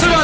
El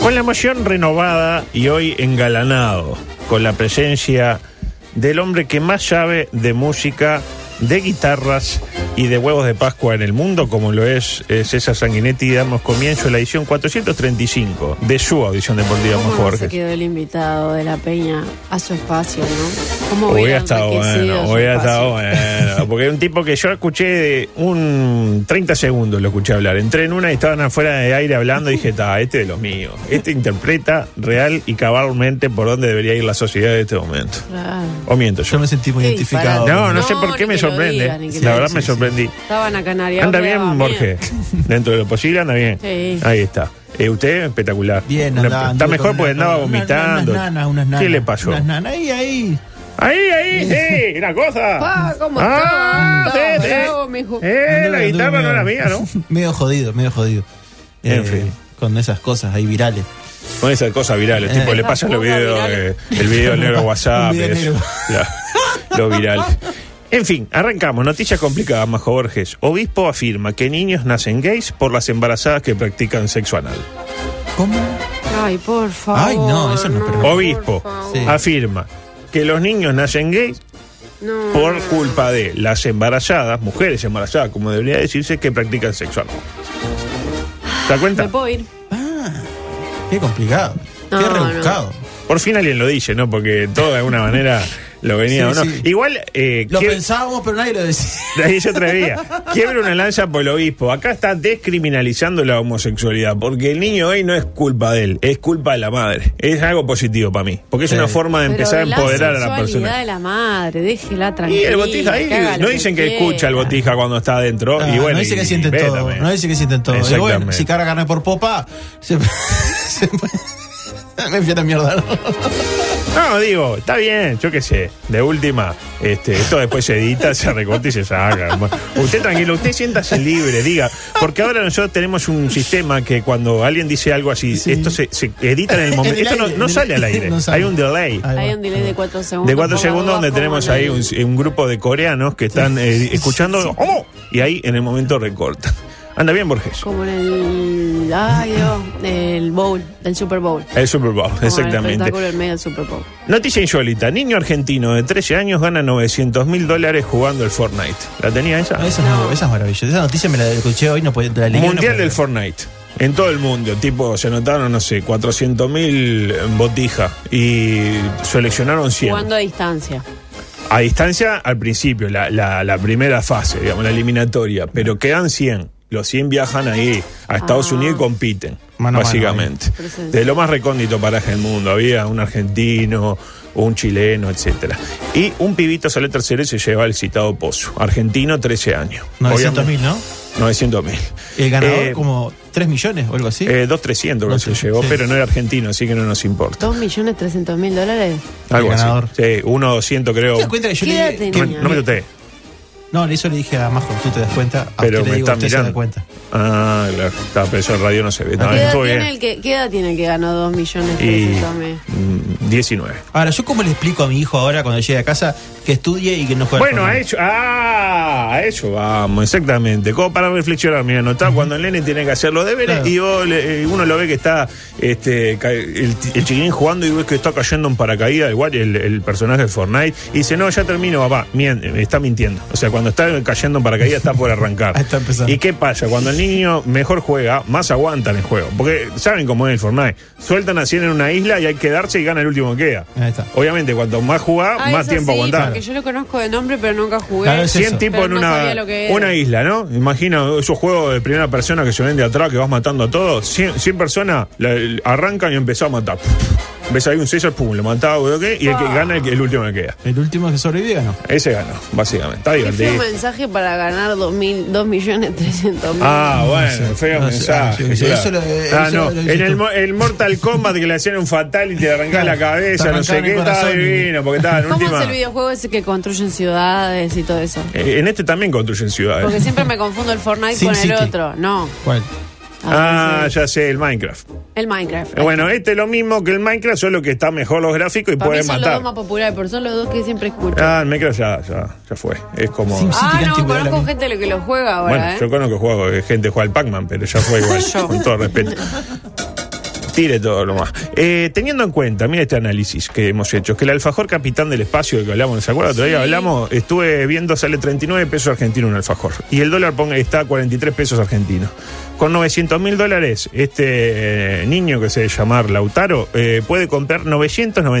Con la emoción renovada y hoy engalanado, con la presencia del hombre que más sabe de música, de guitarras y de huevos de Pascua en el mundo, como lo es eh, César Sanguinetti, damos comienzo a la edición 435 de su audición deportiva más ¿Cómo no se Jorge. quedó el invitado de la peña a su espacio, no? ¿Cómo Hoy hubiera ha estado enriquecido bueno, su hoy ha estado espacio? bueno. Porque es un tipo que yo escuché de un 30 segundos, lo escuché hablar. Entré en una y estaban afuera de aire hablando y dije, ta, este es de los míos. Este interpreta real y cabalmente por dónde debería ir la sociedad en este momento. Claro. O miento yo. Yo me sentí muy Qué identificado. disparate. No, no, No, sé por qué ni me que lo sorprende. digas, ni la que lo verdad digas. me sorprendí. Estaban a Canarias. Anda bien, Borges. Dentro de lo posible, anda bien. Sí. Ahí está. Eh, usted, espectacular. Bien, Una- andaba, Está anduve mejor con porque una- andaba una- vomitando. Unas nanas, unas nanas. ¿Qué le pasó? Eh, Unas nanas, ahí, ahí. Ahí, ahí, sí, una cosa. Ah, ¿cómo ah, está? sí, sí. Bravo, mijo. Eh, la Anduve- guitarra anduve no era mía, medio- ¿no? medio jodido, medio jodido. Eh, En fin. Con esas cosas ahí virales. Con esas cosas virales, tipo, le Esas pasan los cosas videos, virales. eh, el video del negro WhatsApp, Un video eso, negro. la- lo viral. En fin, arrancamos. Noticias complicadas, Majo Borges. Obispo afirma que niños nacen gays por las embarazadas que practican sexo anal. ¿Cómo? Ay, por favor. Ay, no, eso no, pero- por Obispo favor. Sí. afirma que los niños nacen gays No. por culpa de las embarazadas, mujeres embarazadas, como debería decirse, que practican sexo anal. ¿Te das Me cuenta? puedo ir. Ah, qué complicado. No, qué no. rebuscado. Por fin alguien lo dice, ¿no? Porque todo de alguna manera lo venía Sí, o no. sí. Igual, eh, Lo ¿quién- pensábamos, pero nadie lo decía. Ahí se atrevía. Quiebra una lanza por el obispo. Acá está descriminalizando la homosexualidad. Porque el niño hoy no es culpa de él, es culpa de la madre. Es algo positivo para mí. Porque es Sí. una forma de Pero empezar a la empoderar a la sensualidad persona. de la madre, déjela tranquila. Y el botija ahí, que haga lo no dicen que, quiera. escucha el botija cuando está adentro. Ah, y bueno, no dice y- que y sienten ve todo. también. No dice que sienten todo. Y bueno, Exactamente. si carga carne por popa, se, se- me fui a la mierda. ¿no? No, digo, está bien, yo qué sé. De última, este, esto después se edita, se recorta y se saca. Bueno, Usted tranquilo, usted siéntase libre, diga. Porque ahora nosotros tenemos un sistema que cuando alguien dice algo así, Sí. esto se, se edita en el En momento. el esto no- aire, no, en el- sale al aire, no sale. Ah, hay un delay. Ahí va. Hay un delay de cuatro segundos. De cuatro por la segundos duda, donde pongan tenemos ahí un, un grupo de coreanos que están eh, escuchando "Oh", y ahí en el momento recorta. Anda bien, Borges. Como en el. Ay, Dios. El Bowl, el Super Bowl. El Super Bowl, Como El exactamente. espectáculo en medio del Super Bowl. Noticia insólita. Niño argentino de 13 años gana 900 mil dólares jugando el Fortnite. ¿La tenía esa? Ah, Eso es, muy- esa es maravillosa. Esa noticia me la escuché hoy, no podía la leí, no Mundial podía. del Fortnite. En todo el mundo, tipo, se anotaron, no sé, 400 mil botijas y seleccionaron 100. Jugando a distancia. A distancia al principio, la, la- la primera fase, digamos, la eliminatoria, pero quedan 100. Los 100 viajan ahí a Estados Ah. Unidos y compiten, Mano a mano, básicamente. ahí. Presencia. de lo más recóndito paraje del mundo. Había un argentino, un chileno, etcétera. Y un pibito sale tercero y se lleva el citado Pozo. Argentino, 13 años. 900 mil, ¿no? 900 mil. El ganador, Eh, como 3 millones o algo así. Eh, 2.300 creo que se Dos, llevó, sí. pero no era argentino, así que no nos importa. Dos millones trescientos mil dólares. Algo El así. ganador. Sí, 1.200 creo. ¿Te das cuenta que yo ¿Qué le edad dije- tenía? No me noté, No, eso le dije a Majo, tú te das cuenta. A pero usted Ah, le me digo, está usted se da mirando. cuenta. Ah, claro. Está, pero eso en radio no se ve. No, ¿Qué, edad estuvo tiene bien. el que, ¿Qué edad tiene el que ganó dos millones Y trescientos mil? mm, 19. Ahora, ¿yo cómo le explico a mi hijo ahora cuando llegue a casa que estudie y que no juegue al Bueno, a Fortnite? eso, ah, a eso vamos, exactamente. Como para reflexionar, mira, notá cuando el nene tiene que hacer los deberes Claro. y vos le- eh, uno lo ve que está este, ca- el, ti- el chiquilín jugando y ves que está cayendo en paracaídas, igual el, el personaje de Fortnite, y dice, no, ya termino, papá, Mien- eh, está mintiendo. O sea, cuando está cayendo en paracaídas está por arrancar. Ahí está empezando. ¿Y qué pasa? Cuando el niño mejor juega, más aguantan el juego. Porque saben cómo es el Fortnite. Sueltan a 100 en una isla y hay que darse y gana el último que queda. Ahí está. Obviamente, cuanto más jugás, Ah, más eso tiempo sí, aguantás. Porque yo lo conozco de nombre, pero nunca jugué. Claro, es 100 eso. tipos Pero en no una, sabía lo que era. una isla, ¿no? Imagina esos juegos de primera persona que se ven de atrás, que vas matando a todos. 100, 100 personas la- el- arrancan y empezás a matar. Ves ahí un César, pum, lo mataba, ¿qué? y el Ah. que gana el, que- el último que queda. El último que sobrevivió, ¿no. Ese ganó, básicamente. Está Qué divertido. feo mensaje para ganar dos mil- dos millones trescientos mil. Ah, bueno, sé, feo no sé, mensaje. ah, sí, sí, claro. eso lo- Ah, eso no. lo En hiciste el, tú. mo- el Mortal Kombat que le hacían un fatal y te arrancaba la cabeza, Está no sé arrancado qué, en el estaba corazón, divino, porque estaba en ¿Cómo última. es el videojuego ese que construyen ciudades y todo eso? Eh, En este también construyen ciudades. Porque siempre me confundo el Fortnite Sim con el City. otro. No. ¿Cuál? Ah, Ahora sí. ya sé, el Minecraft. El Minecraft. Eh, Bueno, este es lo mismo que el Minecraft, solo que está mejor los gráficos y Para mí puede son los matar. dos más populares, pero son los dos que siempre escucho. Ah, Ah, el Minecraft ya, ya, ya fue. Es como. Sim City. que no, antigüedad la conozco vi. gente lo que lo juega Bueno, ahora, yo ¿eh? conozco juego que gente juega al Pac-Man, pero ya fue igual, Yo. con todo respeto. Tire todo lo más. Eh, teniendo en cuenta, mira este análisis que hemos hecho, que el alfajor capitán del espacio del que hablamos, ¿se acuerdan? Todavía hablamos, estuve viendo, sale 39 pesos argentinos un alfajor. Y el dólar ponga, está a 43 pesos argentinos. Con 900 mil dólares, este eh, niño que se debe llamar Lautaro eh, puede comprar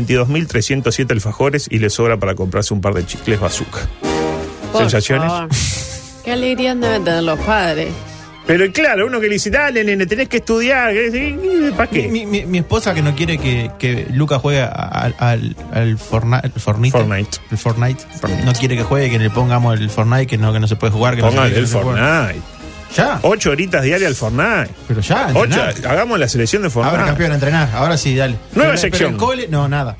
992.307 alfajores y le sobra para comprarse un par de chicles bazooka. Por ¿Sensaciones? favor. Qué alegría deben tener los padres. Pero y claro, uno que le dice, dale, nene, tenés que estudiar. ¿Para qué? Mi, mi- mi esposa que no quiere que, que Luca juegue al, al, al Fortnite, al Fortnite. Fortnite. El Fortnite. Fortnite. No quiere que juegue, que le pongamos el Fortnite, que no, que no se puede jugar. Que no se Póngale puede- el que no se puede jugar. Fortnite. Ya. Ocho horitas diarias al Fortnite. Pero ya. Ocho, entrená. hagamos la selección de A Fortnite. ver, campeón, a entrenar. Ahora sí, dale. Nueva Pero- sección. Pero el cole, no, nada.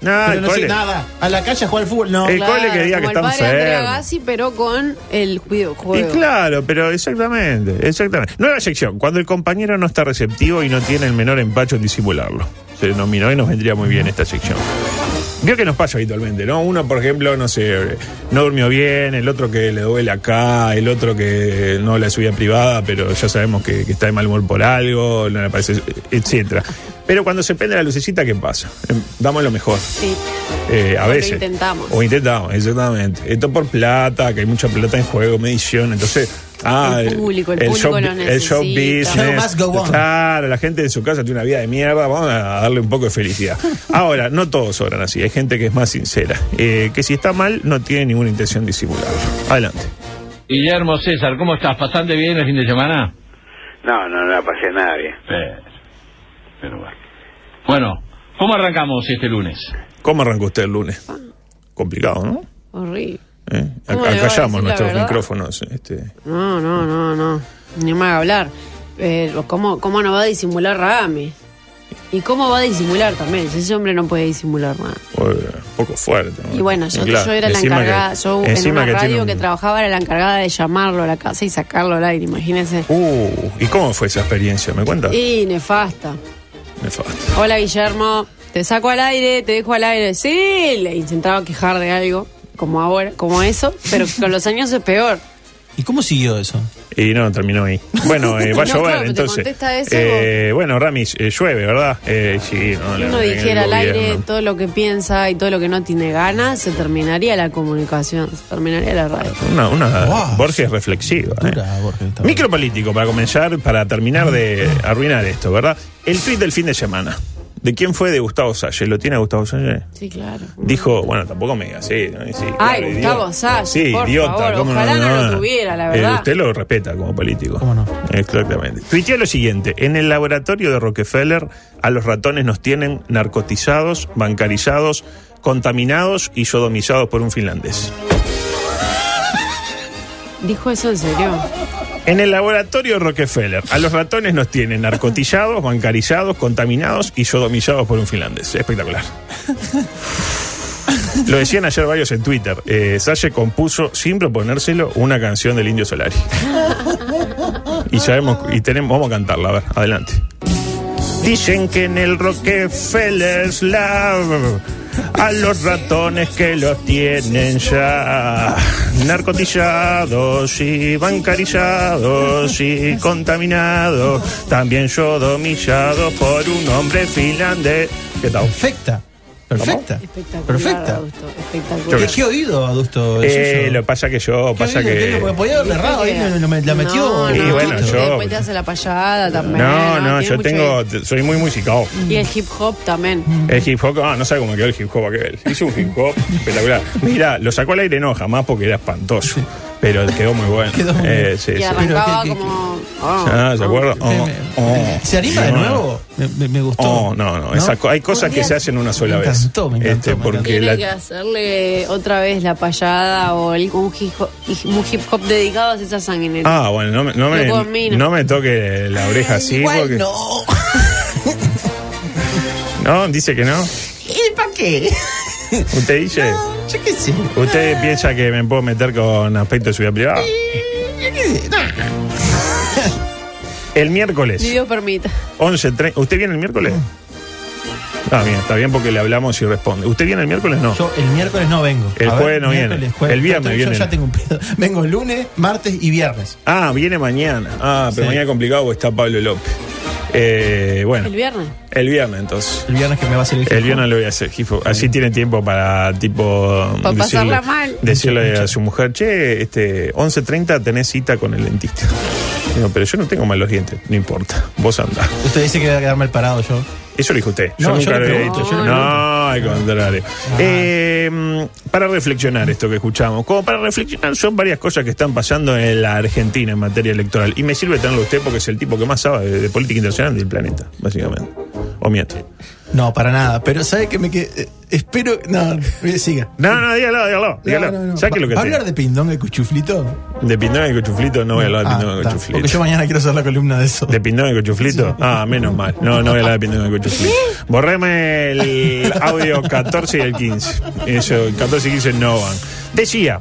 No, pero el no cole. sé nada. A la calle a jugar al fútbol, no. El Claro, cole que diga que como está el padre de Andrea enfermo. Gassi, pero con el Y videojuego. claro, pero exactamente, exactamente. Nueva sección, cuando el compañero no está receptivo y no tiene el menor empacho en disimularlo. Se denominó y nos vendría muy bien esta sección. Vio que nos pasa habitualmente, ¿no? Uno, por ejemplo, no sé, no durmió bien, el otro que le duele acá, el otro que no la subía privada, pero ya sabemos que, que está de mal humor por algo, no le parece, etcétera. Pero cuando se prende la lucecita, ¿qué pasa? Em, Damos lo mejor. Sí. Eh, a O lo veces. intentamos. O intentamos, exactamente. Esto por plata, que hay mucha plata en juego, medición. Entonces, ah, El público, el público lo el show necesita. business. Show must go on. Claro, la gente de su casa tiene una vida de mierda. Vamos a darle un poco de felicidad. Ahora, no todos obran así. Hay gente que es más sincera. eh, que si está mal, no tiene ninguna intención disimular. Adelante. Guillermo César, ¿cómo estás? ¿Pasante bien el fin de semana? No, no, no la pasé a nadie. Pero, pero bueno. Bueno, ¿cómo arrancamos este lunes? ¿Cómo arrancó usted el lunes? Complicado, ¿no? Horrible. ¿Eh? ¿Cómo le va a Acallamos decir la nuestros verdad? micrófonos. Este. No, no, no, no. Ni más hablar. Pero, ¿cómo, ¿Cómo no va a disimular Rami? ¿Y cómo va a disimular también? Si Ese hombre no puede disimular nada. Oye, un poco fuerte. ¿no? Y bueno, yo, Claro, yo era la encima que- encargada, yo en encima una que tiene radio un- que trabajaba era la encargada de llamarlo a la casa y sacarlo al aire, imagínense. Uh, ¿y cómo fue esa experiencia? ¿Me cuentas? Y nefasta. Nefasto. Hola Guillermo, te saco al aire, te dejo al aire. Sí, le intentaba quejar de algo, como ahora, como eso, pero con los años es peor. ¿Y cómo siguió eso? Y no, terminó ahí. Bueno, eh, va a No, llover, claro, pero te entonces. contesta eso. Eh, bueno, Ramis, eh, llueve, ¿verdad? Eh, sí, no, Si la- uno en el dijera al aire gobierno. todo lo que piensa y todo lo que no tiene ganas, se terminaría la comunicación, se terminaría la radio. Una, una Wow, Borges reflexiva. eh. Dura, Borges, está bueno. Micropolítico, para comenzar, para terminar de arruinar esto, ¿verdad? El tweet del fin de semana. ¿De quién fue? De Gustavo Salle. ¿Lo tiene Gustavo Salle? Sí, claro. Dijo, bueno, tampoco me diga así. ¿no? Y sí, Ay, claro, Gustavo idiota. Salle, Sí, por idiota. favor, ¿cómo ojalá no lo tuviera, la verdad. Eh, usted lo respeta como político. ¿Cómo no? Exactamente. Tuiteó lo siguiente: En el laboratorio de Rockefeller, a los ratones nos tienen narcotizados, bancarizados, contaminados y sodomizados por un finlandés. Dijo eso en serio. En el laboratorio Rockefeller, a los ratones nos tienen narcotizados, bancarizados, contaminados y sodomizados por un finlandés. Espectacular. Lo decían ayer varios en Twitter. Eh, Salle compuso, sin proponérselo, una canción del Indio Solari. Y sabemos, y tenemos, vamos a cantarla, a ver, adelante. Dicen que en el Rockefeller Slab a los ratones que los tienen ya narcotizados y bancarizados y contaminados, también sodomizados por un hombre finlandés. ¿Qué tal? Perfecta. Perfecta. Espectacular, Perfecta. Augusto, Yo ¿Qué, espectacular. creo. qué oído, Adusto? Eh, lo que pasa que yo, pasa que... Porque podía haberle errado ahí, me- me- la metió. No, Y no, bueno, porque yo- Después te hace la payada también. No, no, Tiene yo mucho tengo, soy muy musical. Y el hip hop también. El hip hop, ah, no sabe cómo quedó el hip hop aquel. Hizo un hip hop espectacular. Mira, lo sacó al aire no, jamás porque era espantoso. Pero quedó muy bueno. Quedó muy Eh, bien. sí, Y sí. arrancaba Pero, ¿qué- qué- como. oh, Ah, ¿se oh. acuerda? Oh, Me- oh. ¿Se anima de No. nuevo? Me, me- me gustó. Oh, no, no. esa co- hay cosas que se hacen una sola Me encantó, vez. me encantó, Este, me porque Tiene la- que hacerle otra vez la payada o el- un hip hop, un hip hop dedicado a esa sangre. Ah, bueno, no me, no, me, Lo combino. no me toque la oreja así. Igual porque- no. No, dice que no. sé. ¿Usted dice? No, yo qué sé. ¿Usted piensa que me puedo meter con aspecto de seguridad privada? Yo qué sé. No. El miércoles. Ni Dios permita. 11, tre- ¿Usted viene el miércoles? Ah, bien, está bien porque le hablamos y responde. ¿Usted viene el miércoles? No. Yo el miércoles no vengo. El A jueves no viene. miércoles, jueves. El viernes Yo viene. ya tengo un pedo. Vengo lunes, martes y viernes. Ah, viene mañana. Ah, pero Sí. mañana es complicado porque está Pablo López. Eh, bueno, El viernes. el viernes entonces. El viernes que me va a hacer el El jefe. viernes lo voy a hacer, Gifo. Así tiene tiempo para, tipo... Para decirle, pasarla mal. decirle a su mujer, che, este, 11.30 tenés cita con el dentista. No, pero yo no tengo malos dientes. No importa. Vos andá. Usted dice que voy a quedar mal parado yo. Eso lo dijo usted. No, Ah. yo nunca le lo había pregunto, dicho. yo le No, al contrario. Eh, mm, para reflexionar esto que escuchamos, como para reflexionar, son varias cosas que están pasando en la Argentina en materia electoral. Y me sirve tenerlo a usted porque es el tipo que más sabe de, de política internacional del planeta, básicamente. O miento. No, para nada. Pero sabe que me quedé. eh, Espero. No, mire, siga. No, no, dígalo, dígalo. dígalo. No, no, no. Saque lo que ¿Va a tiene. hablar de pindonga y cuchuflito? De Pindón y Cochuflito, no voy a hablar de Ah, Pindón y está. Porque yo Cochuflito. mañana quiero hacer la columna de eso. ¿De Pindón y Cochuflito? Ah, menos mal. No, no voy a hablar de Pindón y Cochuflito. Borreme el audio 14 y el 15. Eso, el 14 y 15 no van. Decía,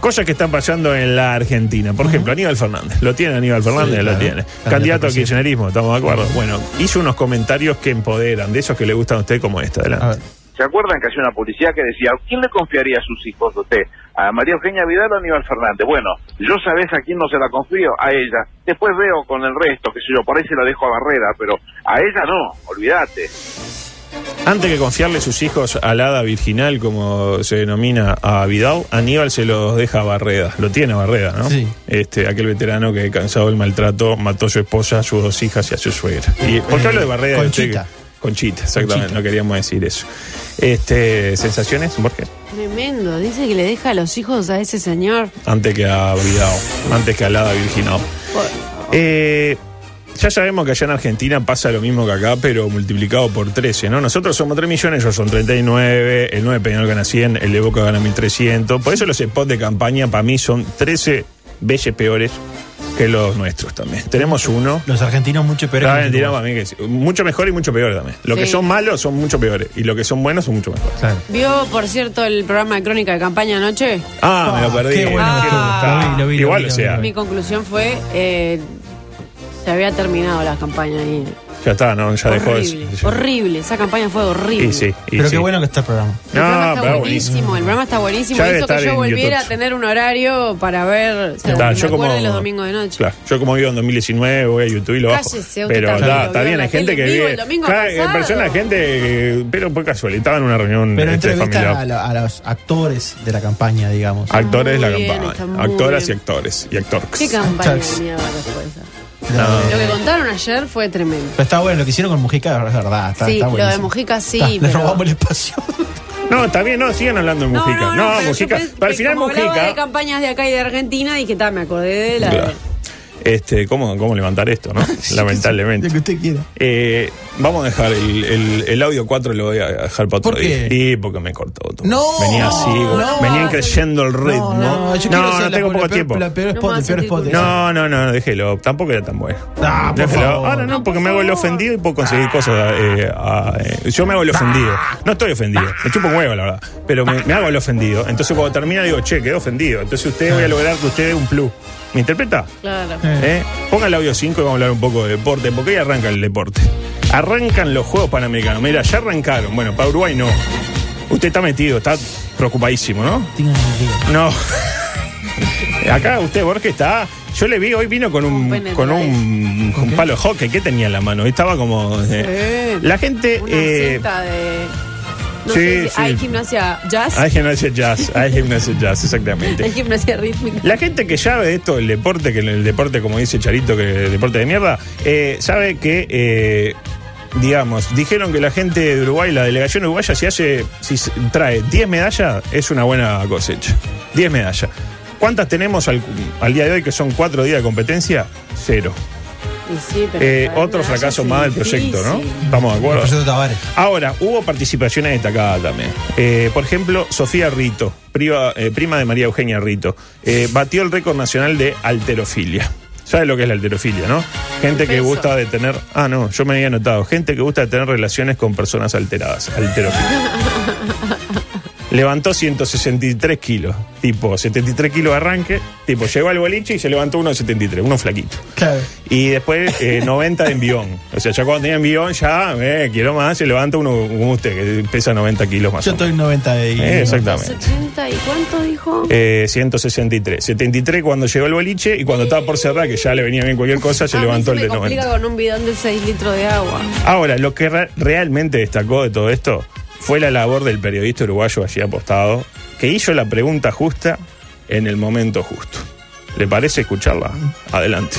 cosas que están pasando en la Argentina. Por ejemplo, Aníbal Fernández. ¿Lo tiene Aníbal Fernández? Sí, Lo claro. tiene. Candidato Candidato a presidente. kirchnerismo, ¿estamos de acuerdo? Bueno, hizo unos comentarios que empoderan, de esos que le gustan a usted como esta. A ver. Adelante. ¿Se acuerdan que hacía una publicidad que decía, ¿a quién le confiaría a sus hijos de usted? ¿A María Eugenia Vidal o a Aníbal Fernández? Bueno, yo sabés a quién no se la confío, a ella. Después veo con el resto, que sé yo, por ahí se la dejo a Barrera, pero a ella no, olvídate. Antes que confiarle sus hijos al hada virginal, como se denomina a Vidal, Aníbal se los deja a Barreda. Lo tiene a Barreda, ¿no? Sí. Este, aquel veterano que, cansado del maltrato, mató a su esposa, a sus dos hijas y a su suegra. Y, ¿Por qué hablo de Barreda? Conchita. Conchita, exactamente. Conchita. No queríamos decir eso. Este, ¿Sensaciones, Borges? Tremendo. Dice que le deja a los hijos a ese señor. Antes que a Vidal, antes que al hada virginal. Eh, ya sabemos que allá en Argentina pasa lo mismo que acá, pero multiplicado por 13, ¿no? Nosotros somos 3 millones, ellos son 39, el 9 Peñarol gana 100, el de Boca gana 1300. Por eso los spots de campaña para mí son 13 veces peores que los nuestros también. Tenemos uno. Los argentinos mucho peor. La Argentina para mí que sí, Mucho mejor y mucho peor también. Los que Sí. son malos son mucho peores y los que son buenos son mucho mejores. Claro. ¿Vio, por cierto, el programa de crónica de campaña anoche? Ah, me Ah, lo perdí. qué bueno que estuvo. Ah. Lo vi, lo vi, lo Igual, vi, o lo sea, vi, Mi conclusión fue. eh, se había terminado la campaña ahí. ya está, ¿no? Ya dejó de- horrible, horrible. Esa campaña fue horrible. Y sí, y Pero qué sí. Mm, bueno que está el programa. El programa está pero buenísimo, el programa está buenísimo. Ya debe Hizo que estar yo en volviera YouTube. a tener un horario para ver, o sea, Está, me yo como- acuerde los domingos de noche. Claro, yo como vivo en 2019, voy a YouTube y lo bajo. Cállese, usted pero también está, lo está vio en bien, la hay gente tele que en vivo vive. el domingo Claro, en pasado. persona, hay gente. que- Pero por casualidad, estaba en una reunión Pero este, entrevistan a, familiar. lo- a los actores de la campaña, digamos. Actores de la Muy bien, está campaña. muy Actoras bien. y actores. Y Qué actores. campaña de Tax. mierda que fue esa. No. Lo que contaron ayer fue tremendo. Pero está bueno, lo que hicieron con Mujica es verdad. Está, Sí, está lo de buenísimo. Mujica sí, Está, Le pero- robamos el espacio. No, está bien, no, sigan hablando de Mujica. No, pero yo Mujica. pensé- pero al final, como hablaba de Mujica. campañas de acá y de Argentina, dije, ta, me acordé de la... Claro. Este, ¿cómo, ¿Cómo levantar esto, no? Lamentablemente. Lo que usted quiera. Eh, vamos a dejar el, el- el audio 4 lo voy a dejar para otro ¿Por día. qué? Y porque me cortó todo. No, venía así, no. venía creciendo el ritmo. no, yo quiero no, ser la- tengo la poco peor- tiempo. La peor No spot, me el peor hace spot. ridículo. No, no, no, déjelo. Tampoco era tan bueno. Ah, por Déjelo. favor. Ahora no, No, porque por me hago el favor. ofendido y puedo conseguir cosas. eh, ah, eh, Yo me hago el ofendido. No estoy ofendido. Me chupo un huevo, la verdad. Pero me, me hago el ofendido. Entonces cuando termina digo, che, quedé ofendido. Entonces usted voy a lograr que usted dé un plus. ¿Me interpreta? Claro. ¿Eh? Ponga el audio 5 y vamos a hablar un poco de deporte, porque hoy arranca el deporte. Arrancan los Juegos Panamericanos. Mira, ya arrancaron. Bueno, para Uruguay no. Usted está metido, está preocupadísimo, ¿no? Tengan sentido. No. Acá usted, Borges, está. Yo le vi, hoy vino con Un un, pene con atrás. un, con un palo de hockey. ¿Qué tenía en la mano? Estaba como. eh, Sí. La gente. Una eh, cinta de... No sí, sé, sí. hay gimnasia jazz, hay gimnasia jazz, hay gimnasia jazz, exactamente. hay gimnasia rítmica. La gente que sabe de esto, el deporte, que el deporte, como dice Charito, que el deporte de mierda, eh, sabe que, eh, digamos, dijeron que la gente de Uruguay, la delegación uruguaya, si hace, si s- trae 10 medallas, es una buena cosecha. 10 medallas. ¿Cuántas tenemos al, al día de hoy, que son cuatro días de competencia? Cero. Y sí, pero Eh, para otro una fracaso jazz más del es proyecto, ¿no? difícil. Estamos de El acuerdo. proyecto Tavares. Ahora, hubo participaciones destacadas también. Eh, por ejemplo, Sofía Rito, priva- eh, prima de María Eugenia Rito, eh, batió el récord nacional de alterofilia. ¿Sabe lo que es la alterofilia, no? Gente que Eso. gusta de tener. Ah, no, yo me había anotado. Gente que gusta de tener relaciones con personas alteradas. Alterofilia. Levantó 163 kilos, tipo 73 kilos arranque, tipo llegó al boliche y se levantó uno de 73, uno flaquito. Claro. Y después eh, 90 de envión. O sea, ya cuando tenía envión, ya eh, quiero más, se levanta uno como usted, que pesa 90 kilos más. Yo o menos. estoy en 90 y... Eh, exactamente. 70 y cuánto dijo? Eh, 163. 73 cuando llegó el boliche y cuando estaba por cerrar, que ya le venía bien cualquier cosa, se Ah, levantó a el mí se de me complica 90. con un bidón de 6 litros de agua. Ahora, lo que re- realmente destacó de todo esto fue la labor del periodista uruguayo allí apostado, que hizo la pregunta justa en el momento justo. ¿Le parece escucharla? Adelante.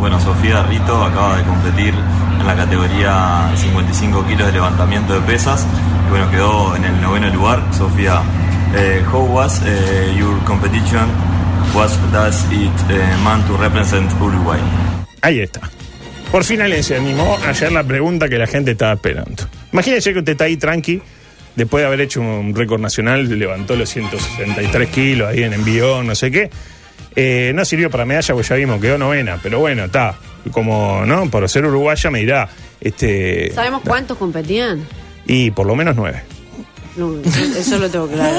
Bueno, Sofía Rito acaba de competir en la categoría 55 kilos de levantamiento de pesas y bueno, quedó en el noveno lugar. Sofía, eh, how was eh, your competition? What does it eh, mean to represent Uruguay? Ahí está. Por fin alguien se animó a hacer la pregunta que la gente estaba esperando. Imagínense que usted está ahí tranqui, después de haber hecho un récord nacional, levantó los 163 kilos ahí en envío, no sé qué. Eh, no sirvió para medalla, pues ya vimos, quedó novena, pero bueno, está. Como, ¿no? Por ser uruguaya me dirá, este... ¿Sabemos cuántos competían? Y por lo menos nueve. No, eso lo tengo claro.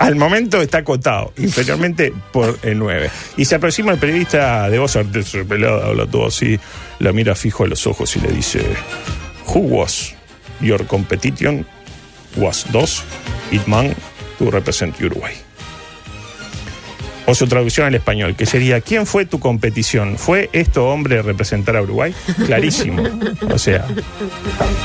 Al momento está acotado, inferiormente por el 9. Y se aproxima el periodista de voz articulada, habla todo así, la mira fijo a los ojos y le dice: Who was your competition? Was dos, it man to represent Uruguay. O su traducción al español, que sería: ¿Quién fue tu competición? ¿Fue esto hombre representar a Uruguay? Clarísimo. O sea.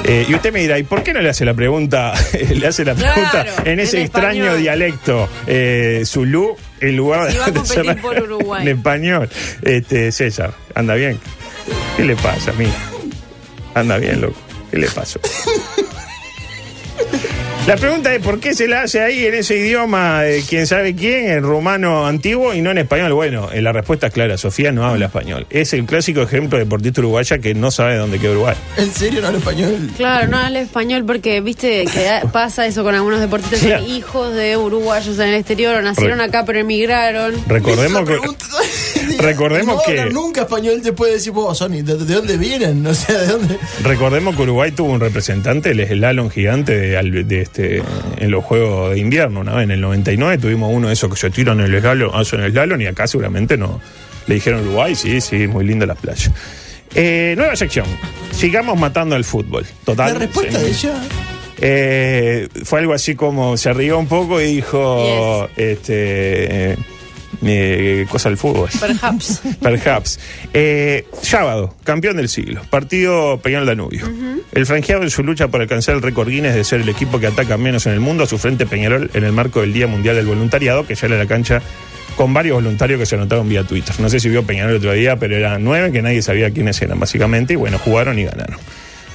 eh, y usted me dirá: ¿y por qué no le hace la pregunta? le hace la Claro, pregunta en en ese extraño español. dialecto dialecto eh, Zulu en lugar Si va a de competir ser por Uruguay. en español. Este, César, anda bien. ¿Qué le pasa, mí? Anda bien, loco. ¿Qué le pasó? La pregunta es por qué se la hace ahí en ese idioma de quién sabe quién, en rumano antiguo y no en español. Bueno, eh, la respuesta es clara, Sofía no habla español. Es el clásico ejemplo de deportista uruguaya que no sabe dónde queda Uruguay. ¿En serio no hablo español? Claro, no habla español porque, viste, que da- pasa eso con algunos deportistas que Claro. hijos de uruguayos en el exterior o nacieron Re- acá pero emigraron. Recordemos Esa que... pregunta- recordemos no que- hablan nunca español después de decir, vos, Sony, ¿de, de dónde vienen? O sea, ¿de dónde? Recordemos que Uruguay tuvo un representante, el slalom gigante de, al- de este, en los Juegos de Invierno. Una vez en el 99 tuvimos uno de esos que se tiran en el slalom, hacen el slalom y acá seguramente no. Le dijeron Uruguay, sí, sí, muy linda la playa. Eh, nueva sección. Sigamos matando al fútbol. Total. La respuesta sí. de ella... Eh, fue algo así como se rió un poco y dijo, este, eh, eh, cosa del fútbol. Perhaps. Perhaps. Eh, sábado, campeón del siglo. Partido Peñal Danubio. El franjeado en su lucha por alcanzar el récord Guinness de ser el equipo que ataca menos en el mundo a su frente Peñarol en el marco del Día Mundial del Voluntariado, que ya era la cancha con varios voluntarios que se anotaron vía Twitter. No sé si vio Peñarol el otro día, pero eran nueve que nadie sabía quiénes eran, básicamente. Y bueno, jugaron y ganaron.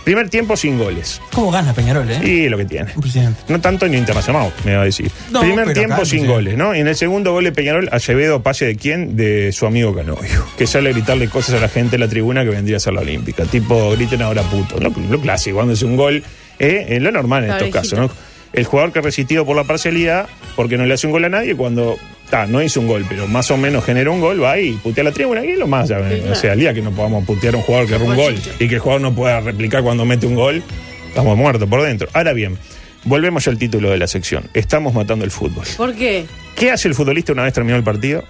Primer tiempo sin goles. ¿Cómo gana Peñarol, eh? Y lo que tiene. Impresionante. No tanto ni internacional, me va a decir. No, Primer pero tiempo acá, sin sí. goles, ¿no? Y en el segundo gol de Peñarol, Acevedo, pase de quién? De su amigo Canovio, que sale a gritarle cosas a la gente en la tribuna que vendría a ser la Olímpica. Tipo, griten ahora puto. Lo, lo clásico, cuando es un gol, ¿eh? es lo normal en La estos orejita. casos, ¿no? El jugador que resistido por la parcialidad, porque no le hace un gol a nadie, cuando. Ta, no hizo un gol, pero más o menos generó un gol, va y putea la tribuna, y es lo más. ya, eh, O sea, el día que no podamos putear a un jugador que erró un gol y que el jugador no pueda replicar cuando mete un gol, estamos muertos por dentro. Ahora bien, volvemos al título de la sección. Estamos matando el fútbol. ¿Por qué? ¿Qué hace el futbolista una vez terminado el partido?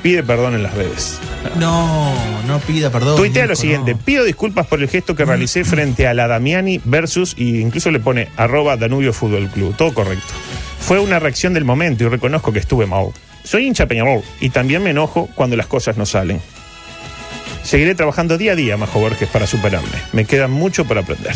Pide perdón en las redes. No, no pida perdón. Tuitea lo Nico, siguiente. no. Pido disculpas por el gesto que realicé frente a la Damiani versus, y incluso le pone arroba Danubio Fútbol Club. Todo correcto. Fue una reacción del momento y reconozco que estuve mal. Soy hincha Peñarol y también me enojo cuando las cosas no salen. Seguiré trabajando día a día, Majo Borges, para superarme. Me queda mucho por aprender.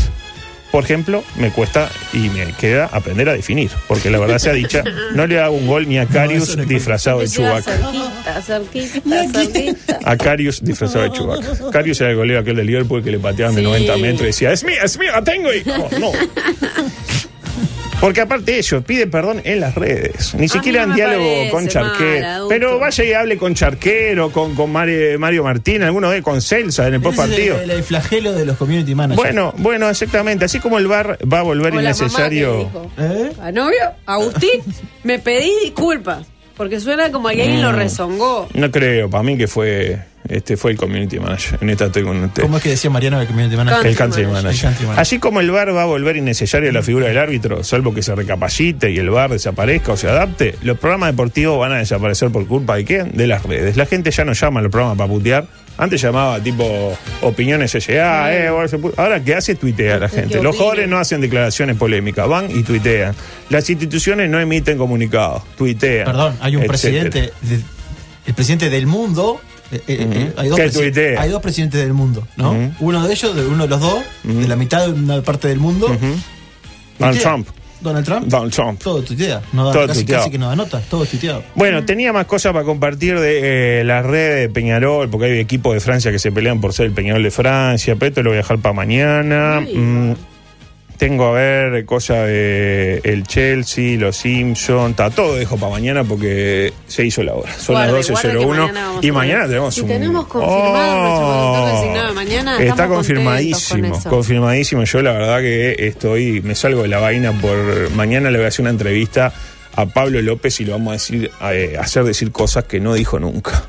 Por ejemplo, me cuesta y me queda aprender a definir, porque la verdad sea dicha, no le hago un gol ni a eso Carius no es disfrazado de Me queda Chubaca. cerquita, cerquita, cerquita. A Carius disfrazado de Chubaca. Carius era el golero aquel de Liverpool que le pateaban de Sí. 90 metros y decía, es mía, es mía, la tengo. Y, oh, no. Porque aparte de ello, pide perdón en las redes. Ni siquiera no en me diálogo parece con mal, Charquero. adulto. Pero vaya y hable con Charquero, con, con Mare- Mario Martín, alguno de con Celsa en el Ese es postpartido. El, el flagelo de los community managers. Bueno, bueno, exactamente. Así como el bar va a volver O la mamá que innecesario. dijo, ¿Eh? A novio, Agustín, me pedí disculpas. Porque suena como que alguien lo Mm. rezongó. No creo, para mí que fue este fue el community manager. En esta estoy con usted. ¿Cómo es que decía Mariano el community manager? Country El country manager. manager. El country manager. Mm. Así como el VAR va a volver innecesario la figura del árbitro, salvo que se recapacite y el VAR desaparezca o se adapte, los programas deportivos van a desaparecer por culpa de quién? De las redes. La gente ya no llama a los programas para putear. Antes llamaba tipo opiniones S.A., eh, ahora se pu- ahora que hace tuitea la ¿Qué gente. Los opina? jóvenes no hacen declaraciones polémicas, van y tuitean. Las instituciones no emiten comunicados, tuitean. Perdón, hay un etcétera. presidente, de- el presidente del mundo. eh, eh, eh, hay, dos Que presi- tuitea. hay dos presidentes del mundo, ¿no? Ujú. Uno de ellos, de uno de los dos, de la mitad de una parte del mundo. Donald tuitea. Trump. Donald Trump. Donald Trump. Todo tuitea. No da- Todo casi, tuiteado. casi que no da nota, todo tuiteado. Bueno, tenía más cosas para compartir de eh, la red de Peñarol, porque hay equipos de Francia que se pelean por ser el Peñarol de Francia, pero esto lo voy a dejar para mañana. Sí. Mm, tengo a ver cosas de el Chelsea, los Simpsons, está todo dejo para mañana porque se hizo la hora. Son Guarde, las guarde que 12.01 mañana vamos y a mañana tener- tenemos Y un... Oh. tenemos confirmado nuestro productor designado de mañana, Está estamos confirmadísimo, contentos con eso. confirmadísimo. Yo la verdad que estoy, me salgo de la vaina por mañana le voy a hacer una entrevista a Pablo López y lo vamos a decir, a, eh, hacer decir cosas que no dijo nunca.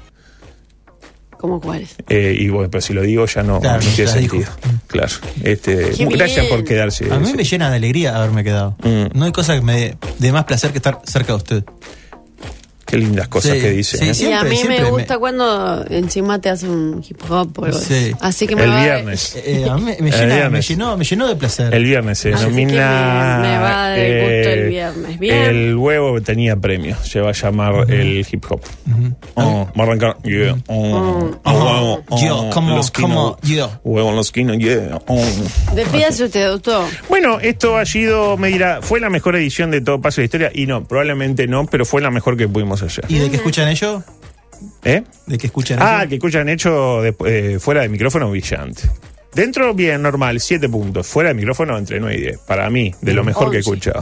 ¿Cómo cuáles? Eh, y bueno, pero si lo digo ya no, Claro, no tiene ya sentido. Claro. Este, Qué gracias bien. por quedarse. A mí me llena de alegría haberme quedado. Mm. No hay cosa que me dé dé más placer que estar cerca de usted. Qué lindas cosas Sí, que dice. sí, ¿eh? sí. Siempre, y a mí siempre me me- gusta cuando encima te hace un hip hop o algo Sí. así. Así que me El va a- viernes. Eh, eh, a mí me, me El llena, me, viernes. llenó, me llenó de placer. El viernes se Así que denomina. eh, me- me va a dar el gusto el viernes. Bien. El huevo tenía premio. Se va a llamar el hip hop. Oh, va a arrancar. Yeah. Oh, Mm. oh, huevo, oh, Yeah, come on, los come quino, on, yeah. Huevo en los quino, yeah. oh. Despídase usted, doctor. Bueno, esto ha sido, me dirá, fue la mejor edición de Todo Paso de la Historia. Y no, probablemente no, pero fue la mejor que pudimos hacer. ¿Y de qué escuchan ellos? ¿Eh? ¿De qué escuchan Ah, ellos? que escuchan hecho de- eh, fuera de micrófono brillante. Dentro, bien, normal, 7 puntos. Fuera de micrófono, entre 9 y 10. Para mí, de lo mejor que he Once. escuchado.